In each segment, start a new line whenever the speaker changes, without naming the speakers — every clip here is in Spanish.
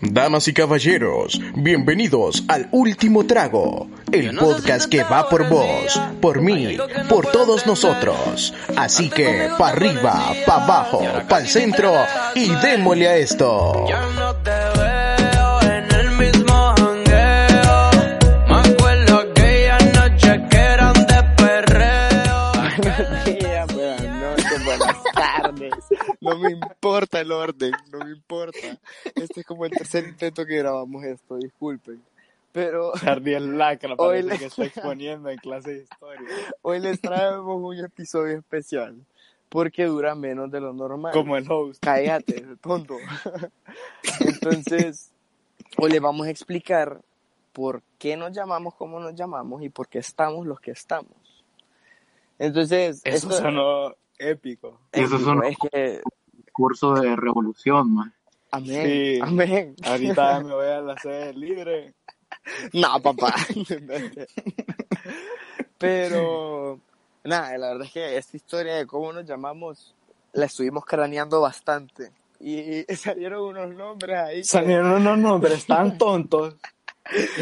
Damas y caballeros, bienvenidos al Último Trago, el podcast que va por vos, por mí, por todos nosotros. Así que, pa' arriba, pa' abajo, pa' el centro y démosle a esto.
Ya no te veo en el mismo jangueo. Me acuerdo aquellas noches que eran de perreo.
Buenos días, buenas noches, buenas tardes. No me importa el orden, no me importa. Este es como el tercer intento que grabamos esto, disculpen. Pero
Sardiel Lacra,
Hoy
parece
le-
que está exponiendo en clase de historia.
hoy les traemos un episodio especial porque dura menos de lo normal.
Como el host.
Cállate, tonto. Entonces, hoy les vamos a explicar por qué nos llamamos como nos llamamos y por qué estamos los que estamos. Entonces,
Eso
esto-
sonó épico.
Eso sonó-
es que-
curso de revolución, man.
Amén,
Sí.
amén.
Ahorita me voy a la sede libre.
No, papá. Pero, nada, la verdad es que esta historia de cómo nos llamamos la estuvimos craneando bastante. Y salieron unos nombres ahí.
Salieron unos nombres tan tontos.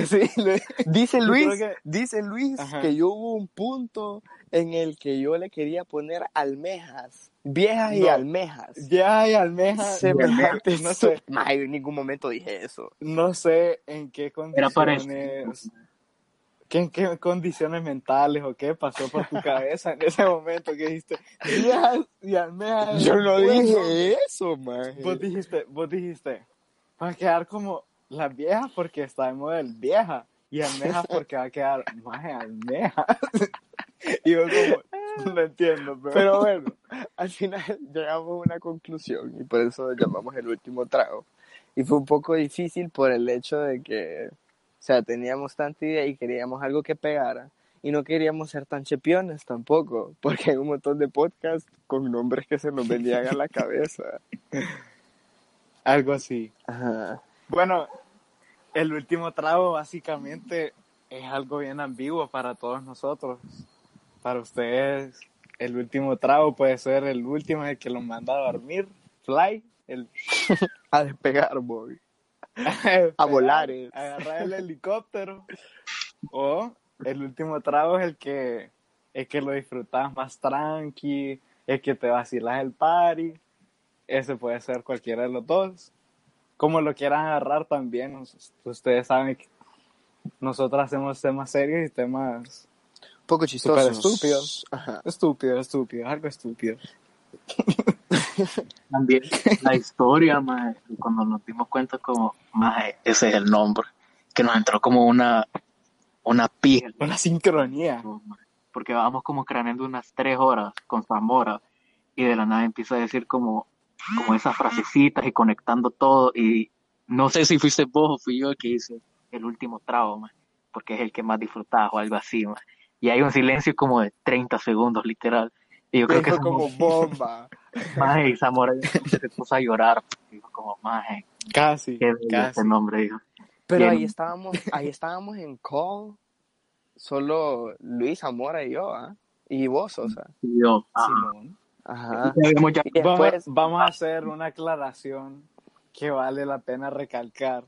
Sí, le- dice
Yo
Luis,
creo que-
dice Luis
Ajá.
que yo hubo un punto en el que yo le quería poner almejas, viejas y
No.
almejas.
Ya y almeja.
Semejante,
No sé,
Mae, yo en ningún momento dije eso.
no sé en qué
Era para eso.
condiciones. ¿Qué, en qué condiciones mentales o qué pasó por tu cabeza en ese momento que dijiste ya y almeja.
Yo Pues, no Pues,
Bueno,
dije eso, mae.
Vos dijiste, vos dijiste, va a quedar como las viejas porque está de model vieja y almejas porque va a quedar más almejas. y yo como, no entiendo, pero,
Pero bueno, al final llegamos a una conclusión y por eso lo llamamos el último trago. Y fue un poco difícil por el hecho de que, o sea, teníamos tanta idea y queríamos algo que pegara. Y no queríamos ser tan chepiones tampoco, porque hay un montón de podcasts con nombres que se nos venían a la cabeza.
algo así.
Ajá.
Bueno, el último trago básicamente es algo bien ambiguo para todos nosotros. Para ustedes, el último trago puede ser el último, el que los manda a dormir, fly, el
A despegar, boy. A volar, eh.
Este, Agarrar el helicóptero. O el último trago es el que es que lo disfrutas más tranqui, el que te vacilas el party. Ese puede ser cualquiera de los dos. Como lo quieran agarrar también, us- ustedes saben que nosotros hacemos temas serios y temas
Un poco chistoso.
Súper estúpidos.
Ajá.
estúpidos, estúpidos, algo estúpido.
También la historia, man, cuando nos dimos cuenta como, más ese es el nombre, que nos entró como una, una pija,
Una sincronía.
man. porque vamos como craneando unas tres horas con Zamora y de la nada empieza a decir como, como esas frasecitas y conectando todo y no sé si fuiste vos o fui yo el que hice el último trago, man, porque es el que más disfrutabas o algo así, man. y hay un silencio como de 30 segundos literal. Y yo creo que
Fue
eso
como bomba.
Maje, y Zamora se puso a llorar. Dijo como, maje,
Casi,
qué bello
casi.
ese nombre. Dijo.
Pero
Bien.
ahí estábamos, ahí estábamos en call, solo Luis Zamora y yo, ¿ah? Y vos, o sea.
Y yo, ah,
Simón.
Ajá.
ya habíamos ya-
Y
Vamos,
después, ah.
vamos a hacer una aclaración que vale la pena recalcar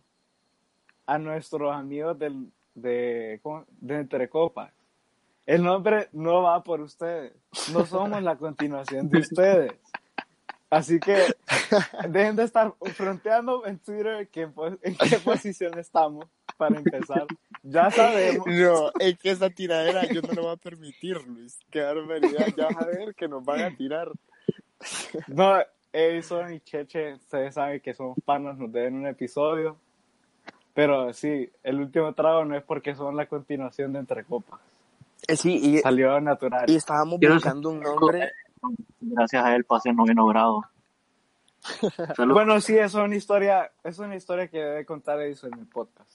a nuestros amigos del, de, ¿cómo? de Entre Copas. El nombre no va por ustedes. No somos la continuación de ustedes. Así que dejen de estar fronteando en Twitter que, po- en qué posición estamos para empezar. Ya sabemos.
no, es que esa tiradera yo no lo voy a permitir, Luis. Qué barbaridad, ya vas a ver que nos van a tirar.
No, Edison y Cheche, ustedes saben que somos panos, nos deben un episodio. Pero sí, el último trago no es porque son la continuación de Entre Copas.
eh, Sí, y,
Salió natural.
y estábamos
Yo no sé.
buscando un nombre.
gracias a él pasé noveno grado. Salud.
Bueno, sí, es una historia, es una historia que debe contar Edison en el podcast.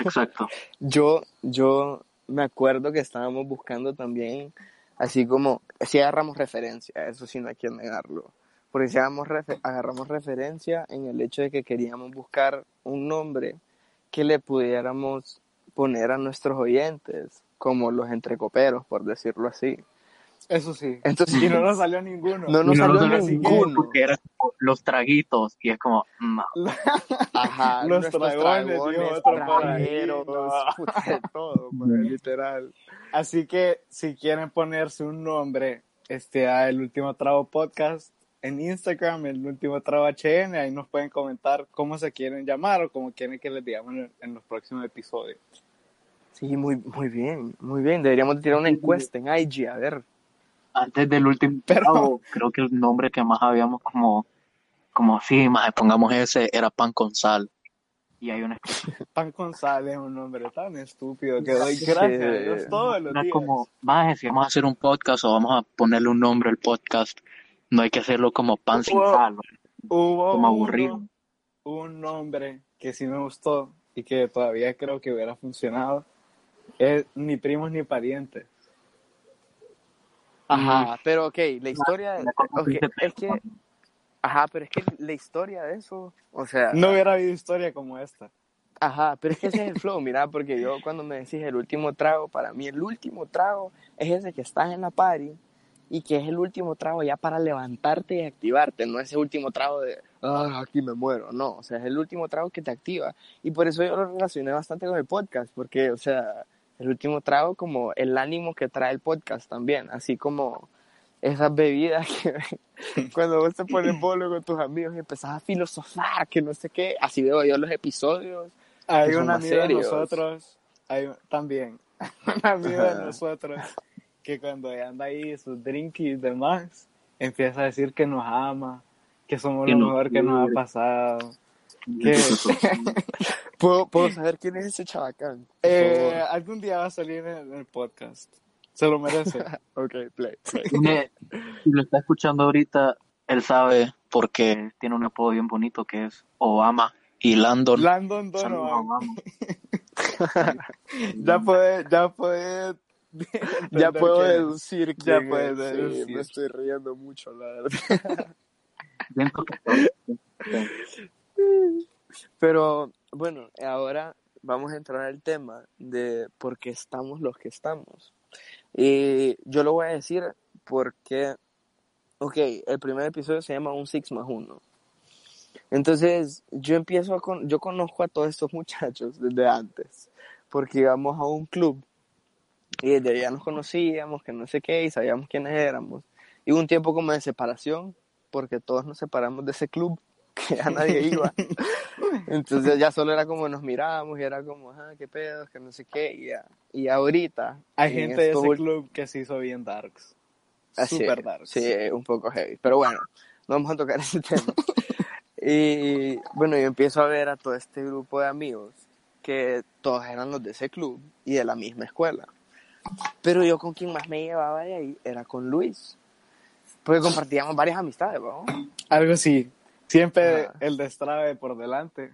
Exacto.
Yo, yo me acuerdo que estábamos buscando también, así como, si agarramos referencia, eso sí no hay que negarlo, porque si agarramos, refe- agarramos referencia en el hecho de que queríamos buscar un nombre que le pudiéramos poner a nuestros oyentes, como los entrecoperos, por decirlo así.
Eso sí.
Entonces,
Y no nos salió ninguno.
No nos
Y
salió
salió
ninguno.
Porque era como los traguitos, y es como, "Mm, no.
Ajá,
Los
nuestros
dragones, dijo otro por ahí, Ah.
tragoneros,
no.
puta, de todo, pues, literal.
Así que si quieren ponerse un nombre, este, a El Último Trago Podcast en Instagram, El Último Trago HN, ahí nos pueden comentar cómo se quieren llamar o cómo quieren que les digamos en, en los próximos episodios.
Sí, muy, muy bien, muy bien. Deberíamos de tirar una encuesta en IG, a ver.
Antes del último
Pero-
trago, creo que el nombre que más habíamos como, como sí, más pongamos ese, era pan con sal. Y hay una,
Pan González es un nombre tan estúpido que doy
Sí.
gracias a Dios todos los
una
días.
como, más si vamos a hacer un podcast o vamos a ponerle un nombre al podcast, no hay que hacerlo como pan sin
Wow.
sal,
Hubo
como
uno-
aburrido.
un nombre que sí me gustó y que todavía creo que hubiera funcionado. Es ni primos ni parientes.
Ajá, pero ok, la historia,
la cosa
ok,
que se
es que, ajá, pero es que la historia de eso, o sea,
No hubiera habido historia como esta.
ajá, pero es que ese es el flow, mira, porque yo cuando me decís el último trago, para mí el último trago es ese que estás en la party y que es el último trago ya para levantarte y activarte, no ese último trago de, ah, aquí me muero, no, o sea, es el último trago que te activa y por eso yo lo relacioné bastante con el podcast, porque, o sea, el último trago como el ánimo que trae el podcast también, así como esas bebidas que cuando vos te pones bolo con tus amigos y empezás a filosofar, que no sé qué, así veo yo los episodios.
Hay
Que son
un
más
amigo de
serios.
nosotros, hay un- también, un amigo de
Ajá.
nosotros que cuando anda ahí sus drinkies y demás, empieza a decir que nos ama, que somos
Que
lo
nos
mejor que nos ha
quiere.
pasado. que-
¿Puedo, puedo saber quién es ese chabacán? Por
Eh, algún día va a salir en el podcast. Se lo merece.
favor. Ok, play, play.
Tiene- si lo está escuchando ahorita, él sabe porque tiene un apodo bien bonito que es Obama y Landon.
Landon
Saludos a
Donovan.
Obama.
Ya puede, ya puede.
Ya
entender
puedo
que-
deducir
ya
quién es.
puedes
Sí,
deducir.
me estoy riendo mucho, la verdad.
Siento que estoy-
Pero, bueno, ahora vamos a entrar al tema de por qué estamos los que estamos. Y yo lo voy a decir porque, ok, el primer episodio se llama Un Six más Uno. Entonces, yo empiezo a con- yo conozco a todos estos muchachos desde antes, porque íbamos a un club y desde allá nos conocíamos, que no sé qué, y sabíamos quiénes éramos. Y hubo un tiempo como de separación, porque todos nos separamos de ese club, que ya nadie iba. Entonces ya solo era como nos mirábamos y era como, ah, qué pedos, que no sé qué, y ya. Y ahorita,
Hay
en
gente de
estos
ese
ul-
club que se hizo bien darks.
Así
Super
es,
darks.
Sí, un poco heavy. Pero bueno, no vamos a tocar ese tema. y bueno, yo empiezo a ver a todo este grupo de amigos que todos eran los de ese club y de la misma escuela. Pero yo con quien más me llevaba de ahí era con Luis. Porque compartíamos varias amistades, ¿no?
Algo así. Siempre
Ajá.
el destrabe por delante.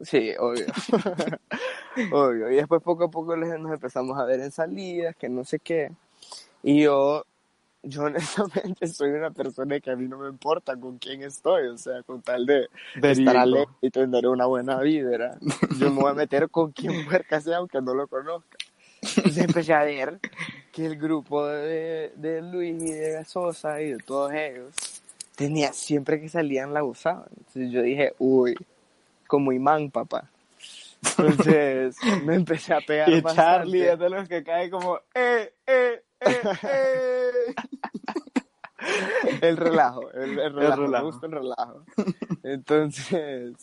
Sí, obvio. obvio. Y después poco a poco les- nos empezamos a ver en salidas, que no sé qué. Y yo, yo honestamente soy una persona que a mí no me importa con quién estoy, o sea, con tal de estar alegre y tener una buena vibra. Yo me voy a meter con quien puerca sea, aunque no lo conozca. Entonces empecé a ver que el grupo de, de Luis y de Sosa y de todos ellos tenía, siempre que salían la usaban. Entonces yo dije, uy, como imán, papá. Entonces me empecé a pegar
Y
bastante.
Charlie es de los que cae como, eh, eh, eh, eh.
El relajo, el, el relajo, me
relajo.
gusta el relajo. Entonces,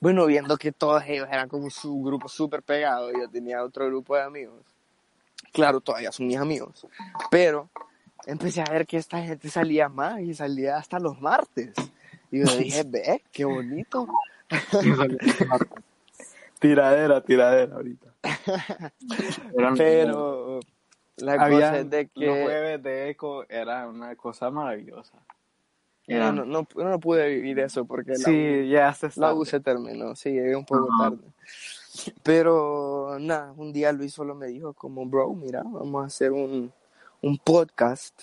bueno, viendo que todos ellos eran como su grupo súper pegado, yo tenía otro grupo de amigos. Claro, todavía son mis amigos, pero empecé a ver que esta gente salía más y salía hasta los martes. Y yo dije, ve, qué bonito.
tiradera, tiradera ahorita.
Eran-
Pero la cosa
Había,
es de que...
Los jueves de eco era una cosa maravillosa.
Eh, no, no, no, pude vivir eso porque la U-
Sí, ya se
La
está.
U se terminó, sí, llegué un poco
Ajá.
tarde. Pero nada, un día Luis solo me dijo como, bro, mira, vamos a hacer un, un podcast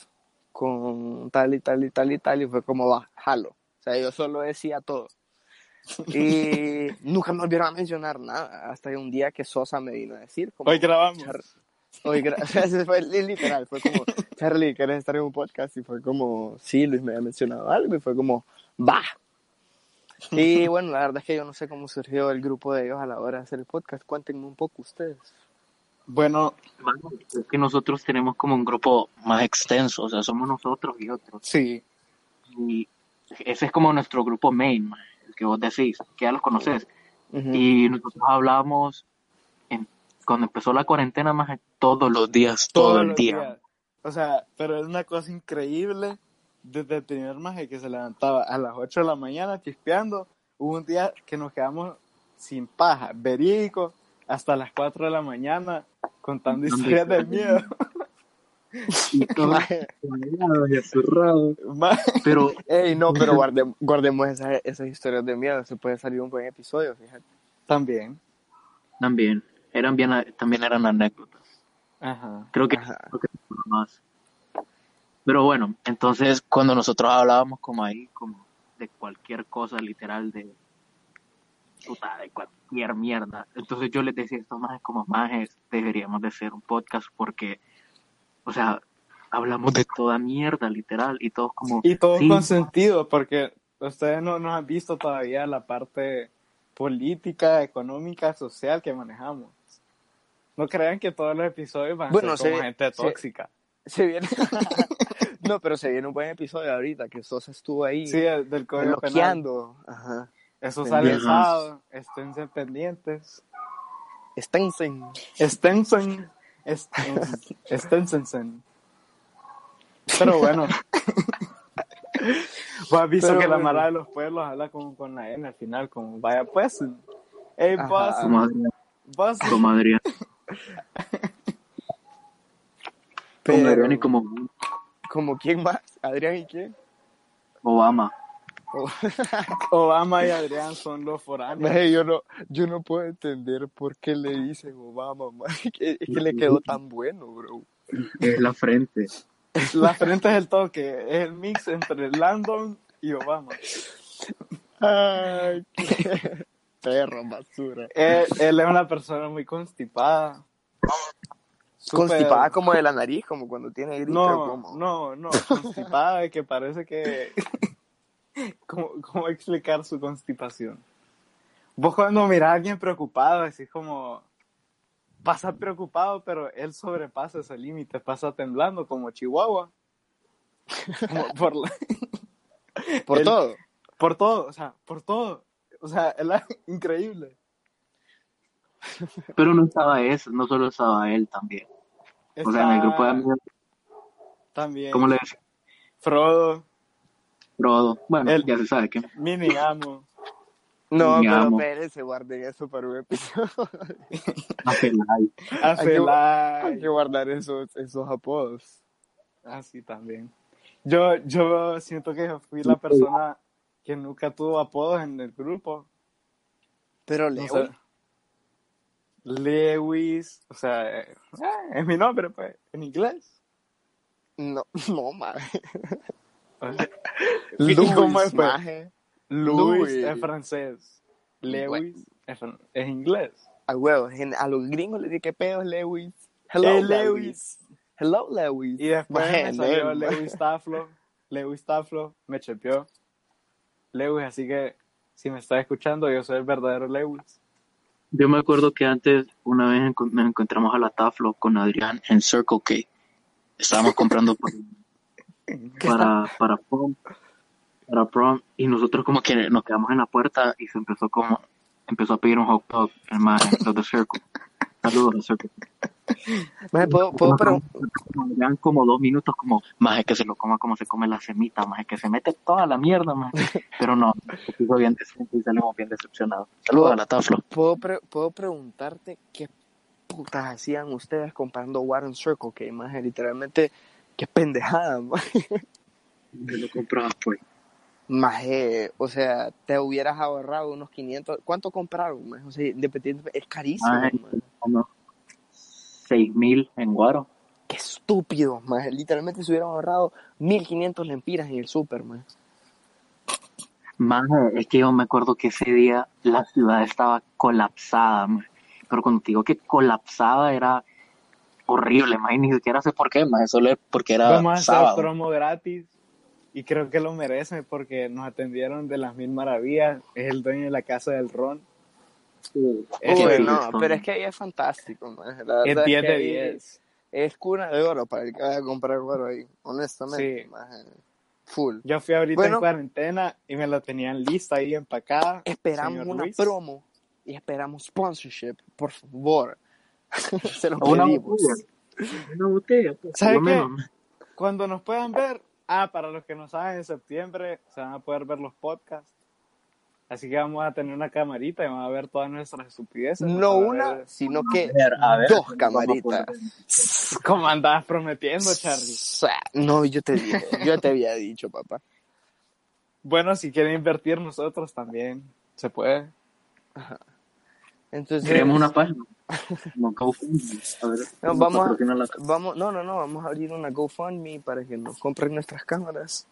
con tal y tal y tal y tal. Y fue como, va, jalo. O sea, yo solo decía todo. Y nunca me volvieron a mencionar nada, hasta que un día que Sosa me vino a decir como...
Hoy grabamos.
Char- Oye, gracias, fue li- literal, fue como, Charlie, ¿quieres estar en un podcast? Y fue como, sí, Luis me había mencionado algo, y fue como, va, Y bueno, la verdad es que yo no sé cómo surgió el grupo de ellos a la hora de hacer el podcast. Cuéntenme un poco ustedes.
Bueno,
Mano, es que nosotros tenemos como un grupo más extenso, o sea, somos nosotros y otros.
sí,
Y ese es como nuestro grupo main, man, el que vos decís, que ya los conoces.
Ujú.
Y nosotros hablamos en- cuando empezó la cuarentena más todos los días, todo
todos
el
los
día.
días. O sea, pero es una cosa increíble. Desde el primer maje que se levantaba a las 8 de la mañana chispeando, hubo un día que nos quedamos sin paja, verídico, hasta las 4 de la mañana contando
Contando
historias de
historias de
miedo.
Y todo
Maje,
cagado y azurrado.
Ma-
Pero
Ey, no, pero guarde- guardemos esas, esas historias de miedo. Se puede salir un buen episodio, fíjate.
También.
también, eran bien, también eran anécdotas.
Ajá.
Creo que,
Ajá.
creo que más. Pero bueno, entonces cuando nosotros hablábamos como ahí, como de cualquier cosa literal, de puta, de cualquier mierda. Entonces yo les decía esto más como majes, deberíamos de hacer un podcast porque, o sea, hablamos de toda mierda literal y todos como,
Y todo
sí,
con sentido, porque ustedes no nos han visto todavía la parte política, económica, social que manejamos. No crean que todos los episodios van a
Bueno,
ser como
se-
gente
se-
tóxica.
Se viene. no, pero se viene un buen episodio ahorita, que Sosa estuvo ahí
Sí, el- del código penal.
bloqueando. Ajá.
Eso sale el
Pendientes.
sábado. Esténse pendientes.
Stensen.
Esténsen. esténsen- Esténsensen. Pero bueno. Vos has visto
Pero
que la
bueno.
mara de los pueblos habla como con la N al final, como vaya pues. Ey,
Ajá.
pues,
como Adrián,
pues.
como Adrián, como Adrián y
Pero,
como
¿como quién más? ¿Adrián y quién?
Obama.
Oh,
Obama y Adrián son los foráneos.
maje, yo, no, yo no puedo entender por qué le dicen Obama, maje, que- Es que le quedó tan bueno, bro.
Es la frente.
La frente es el toque, es el mix entre Landon y Obama.
Ay, qué perro, basura.
Él, él es una persona muy constipada. súper-
Constipada como de la nariz, como cuando tiene gripe o
No,
como.
no, no, constipada de que parece que... ¿Cómo, cómo explicar su constipación? Vos cuando mirás a alguien preocupado, decís como... Pasa preocupado, pero él sobrepasa ese límite, pasa temblando como Chihuahua. Como por, la-
Por
el-
todo.
por todo, o sea, por todo. O sea, él es increíble.
Pero no estaba eso, no solo estaba él también. O sea, en el grupo de
Está
amigos,
también
¿cómo le decía?
Frodo,
Frodo. Bueno,
Él.
ya se sabe que
Mini Amo.
No,
Mi
pero
amo.
espérense, guarden eso para un episodio.
Afelay.
Hay que
Afelai.
guardar esos, esos apodos.
Así Ah, también. Yo, yo siento que yo fui la persona que nunca tuvo apodos en el grupo.
Pero
No
Leo,
sé. Lewis, o sea, eh, es mi nombre, pues, en inglés.
no, no, maje.
O sea, ¿y cómo
Luis,
es, pues?
maje.
Luis
Louis.
es francés.
Bueno.
Lewis es, fran- es inglés.
A huevos, en- a los gringos les dije, ¿qué pedo es Lewis?
Eh,
Hello, Lewis.
Lewis.
Hello, Lewis.
Y después
Maje,
me salió
Lel, maje.
Lewis Taflo. Lewis Taflo me chepeó. Lewis, así que si me estás escuchando, yo soy el verdadero Lewis.
Yo me acuerdo que antes, una vez enco- nos encontramos a la Taflo con Adrián en Circle K. Estábamos comprando pa- para, para, prom, para prom, y nosotros como que nos quedamos en la puerta y se empezó como, empezó a pedir un hot dog, el maje, los de Circle. Saludos a Circle.
Maje, ¿puedo, puedo,
Nosotros
pregun-
nos Adrián como dos minutos como, maje que se lo coma como se come la semita, maje que se mete toda la mierda, maje. Pero no, se puso bien decente y salimos bien decepcionados. Saludos a la Taflo.
puedo, pre- puedo preguntarte qué putas hacían ustedes comprando Warren Circle, que maje, literalmente, qué pendejada, maje.
¿Dónde lo comprabas, pues?
Maje, o sea, te hubieras ahorrado unos 500. ¿Cuánto compraron? Maje? O sea, independiente, es carísimo,
Maje,
maje.
como 6.000 en Guaro.
Qué estúpidos, maje. Literalmente se hubieran ahorrado 1500 lempiras en el super, maje.
Maje, es que yo me acuerdo que ese día la ciudad estaba colapsada, maje. Pero cuando te digo que colapsada era horrible, maje, ni siquiera sé por qué, maje, solo es porque era
Vamos a hacer
sábado.
promo gratis. y creo que lo merece porque nos atendieron de las mil maravillas. Es el dueño de la casa del ron.
Uy,
Eso es-
no, pero es que ahí es fantástico, man. La verdad
es 10
que
de
ahí
10.
Es cuna de oro para el que vaya a comprar oro ahí, honestamente.
Sí.
maje. Full.
Yo fui ahorita
Bueno.
en cuarentena y me la tenían lista ahí empacada.
Esperamos
señor
una
Luis.
promo y esperamos sponsorship, por favor. Se lo
O una
pedimos.
botella. Una botella, pues, por
¿Sabe
lo
qué?
menos.
Cuando nos puedan ver, ah, para los que no saben, en septiembre se van a poder ver los podcasts. Así que vamos a tener una camarita y vamos a ver todas nuestras estupideces.
No
Van a
una,
ver-
sino que
ver, a ver,
dos
vamos a
camaritas.
poder ver.
Como andabas prometiendo, Charlie.
Sa- No, yo te dije, yo te había dicho, papá.
Bueno, si quieren invertir nosotros también, se puede.
Entonces,
Creemos una página. Como GoFundMe. A ver,
no,
nos
vamos, a-
patrocina la-
vamos, no, no, no, vamos a abrir una GoFundMe para que nos compren nuestras cámaras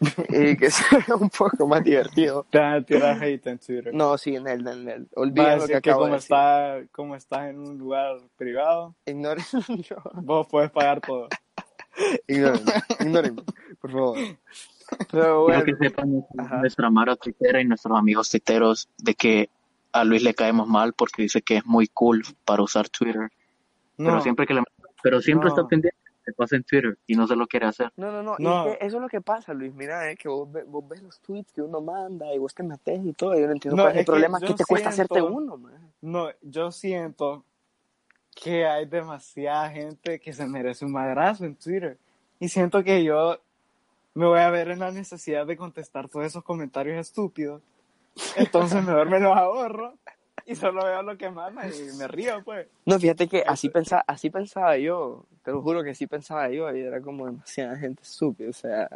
y que sea un poco más divertido.
Te van a tirar hate en Twitter.
No, sí, Nel, Nel, Nel.
Va a
Olvida lo
decir
que
que,
acabo de
como,
decir.
está, como estás en un lugar privado,
Ignórenlo.
vos puedes pagar todo.
Ignórenlo. Ignórenlo, por favor. Pero
Quiero
bueno.
que sepan nuestra-
Ajá.
nuestra Mara tuitera y nuestros amigos tuiteros de que a Luis le caemos mal porque dice que es muy cool para usar Twitter.
No,
pero siempre que le pero siempre
No.
está pendiente se pasa en Twitter y no se lo quiere hacer
No, no, no, y
No.
es que eso es lo que pasa, Luis. Mira, eh, que vos, ve- vos ves los tweets que uno manda y vos te metes y todo. Yo no entiendo
No,
cuál es el
es que
problema.
yo
¿Qué te cuesta hacerte
siento-
uno, man?
no, yo siento que hay demasiada gente que se merece un madrazo en Twitter. Y siento que yo me voy a ver en la necesidad de contestar todos esos comentarios estúpidos. Entonces mejor me los ahorro y solo veo lo que manda y me río, pues.
No, fíjate que así pensaba, así pensaba yo. Te lo juro que así pensaba yo. Y era como demasiada gente estúpida. O sea,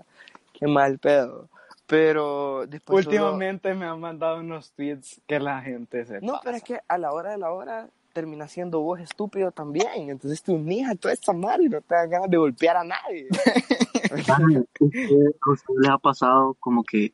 qué mal pedo. Pero después. solo-
Últimamente me han mandado unos tweets que la gente se
No,
pasa.
pero es que a la hora de la hora termina siendo vos estúpido también. Entonces te unís a toda esta madre y no te dan ganas de golpear a nadie.
Ay, ¿usted- ¿a usted le ha pasado como que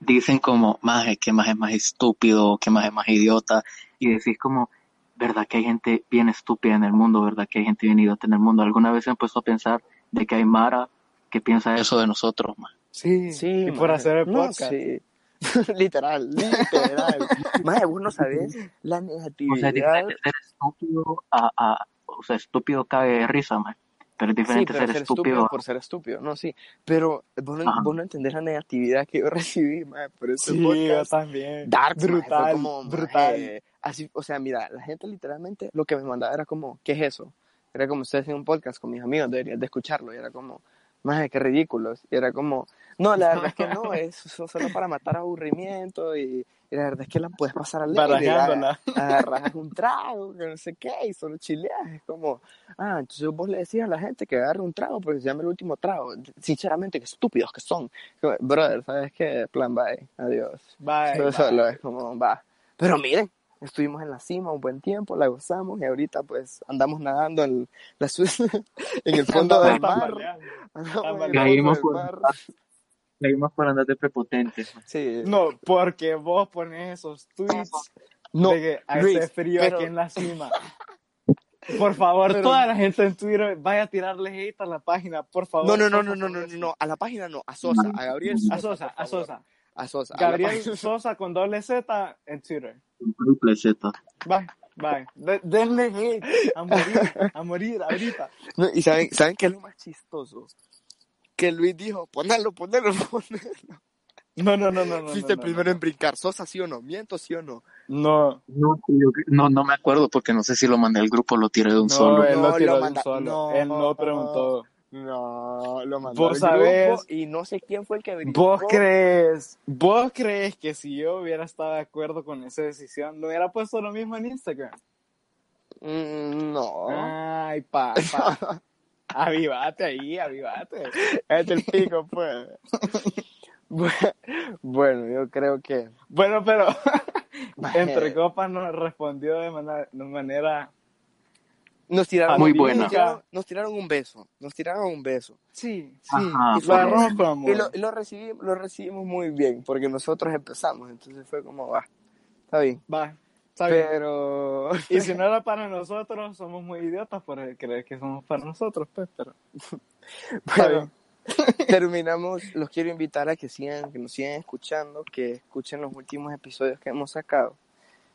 dicen como más que más es más estúpido que más es más idiota y decís como verdad que hay gente bien estúpida en el mundo verdad que hay gente bien idiota en el mundo alguna vez se han puesto a pensar de que hay Mara que piensa eso de nosotros más
Sí,
Sí,
y por
maje.
hacer el
No,
podcast.
sí. literal, literal. Mae, vos no sabés la
o sea es
negatividad.
diferente ser estúpido a, a- o sea estúpido cae de risa más pero es
Sí,
diferente
pero
ser
ser estúpido
estúpido
por ser estúpido, no, sí. Pero vos no,
Ajá.
vos no entendés la negatividad que yo recibí, mae, por este
Sí, yo
podcast.
también.
Dark, brutal, fue
brutal,
como, maje,
brutal.
así, o sea, mira, la gente literalmente lo que me mandaba era como, ¿qué es eso? Era como, estoy haciendo un podcast con mis amigos, deberías de escucharlo. Y era como, maje, qué ridículos. Y era como, no, la verdad es que no, es so- solo para matar aburrimiento y, y la verdad es que la puedes pasar alegre.
Barajándola.
aga- Agarras un trago, que no sé qué, y solo chileas. Es como, ah, entonces vos le decías a la gente que agarre un trago porque se llama el último trago. Sinceramente, qué estúpidos que son. Como, Brother, ¿sabes qué? Plan, bye, adiós.
Bye,
Solo,
bye.
solo es como, va. Pero miren, estuvimos en la cima un buen tiempo, la gozamos y ahorita pues andamos nadando en, la su- en el fondo
Andamos
del mar.
tambaleando.
Andamos en el
Tambaleando.
fondo
Caímos
del
por-
mar.
Seguimos por andar de prepotentes. man.
Sí.
No, porque vos pones esos tweets
No,
de que hace
Luis,
frío
pero-
aquí en la cima. Por favor,
Pero-
toda la gente en Twitter vaya a tirarle hate a la página, por favor.
No, no, no,
Sosa,
no, no,
por
no, no,
eso.
no, a la página no, a Sosa, a Gabriel Sosa.
A Sosa,
por
a
favor.
Sosa.
A Sosa, a la
Gabriel
página.
Sosa con doble Z en Twitter.
Un triple Z.
Bye, bye. De- denle hate a morir, a morir ahorita.
No, y saben, ¿saben qué es lo más chistoso? Que Luis dijo, ponelo, ponelo, ponelo.
No, no, no, no, no.
Fuiste
no, no,
primero
no.
en brincar, Sosa sí o no, miento sí o no.
No,
No, yo- no, no me acuerdo porque no sé si lo mandé al grupo o lo tiré de un
no,
solo.
él lo
No,
tiró
lo
de un
manda-
solo.
no.
Él no preguntó.
No, lo mandó
Vos
al grupo
sabés-
y no sé quién fue el que brincó.
¿Vos crees, vos crees que si yo hubiera estado de acuerdo con esa decisión, no hubiera puesto lo mismo en Instagram?
Mm, no.
Ay, papá. avivate ahí, avivate.
Es el pico, pues. Bu- bueno, yo creo que.
Bueno, pero entre copas nos respondió de, mana- de manera...
Nos tiraron,
Muy
un-
buena.
Nos, tiraron, nos tiraron un beso. Nos tiraron un beso.
Sí, sí.
Ajá,
y fue
Lo
como.
agarramos con
Y lo,
amor.
y lo recibimos, lo recibimos muy bien, porque nosotros empezamos. Entonces fue como, va, está bien.
Va, está bien.
Pero.
Y si no era para nosotros, somos muy idiotas por creer que somos para nosotros, pues, pero... Está
Pero,
bien.
terminamos. Los quiero invitar a que sigan, que nos sigan escuchando, que escuchen los últimos episodios que hemos sacado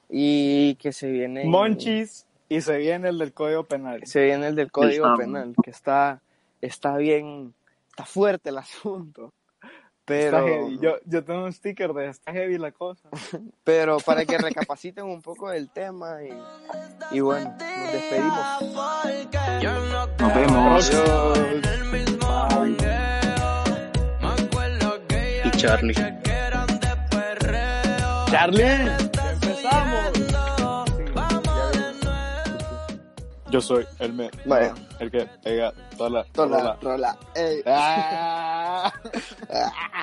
y que se viene.
Monchis y se viene el del Código Penal.
Se viene el del Código
Está-
Penal, que está, está bien, está fuerte el asunto. Pero,
Está heavy. Yo, yo tengo un sticker de está heavy la cosa.
pero para que recapaciten un poco del tema y, y bueno, nos despedimos.
Nos vemos.
y Charlie.
¡Charlie! ¡Empezamos! Yo soy el me,
Vaya.
el que pega toda la,
Eh, Trola, trola. Ey.
Ah.
Ah.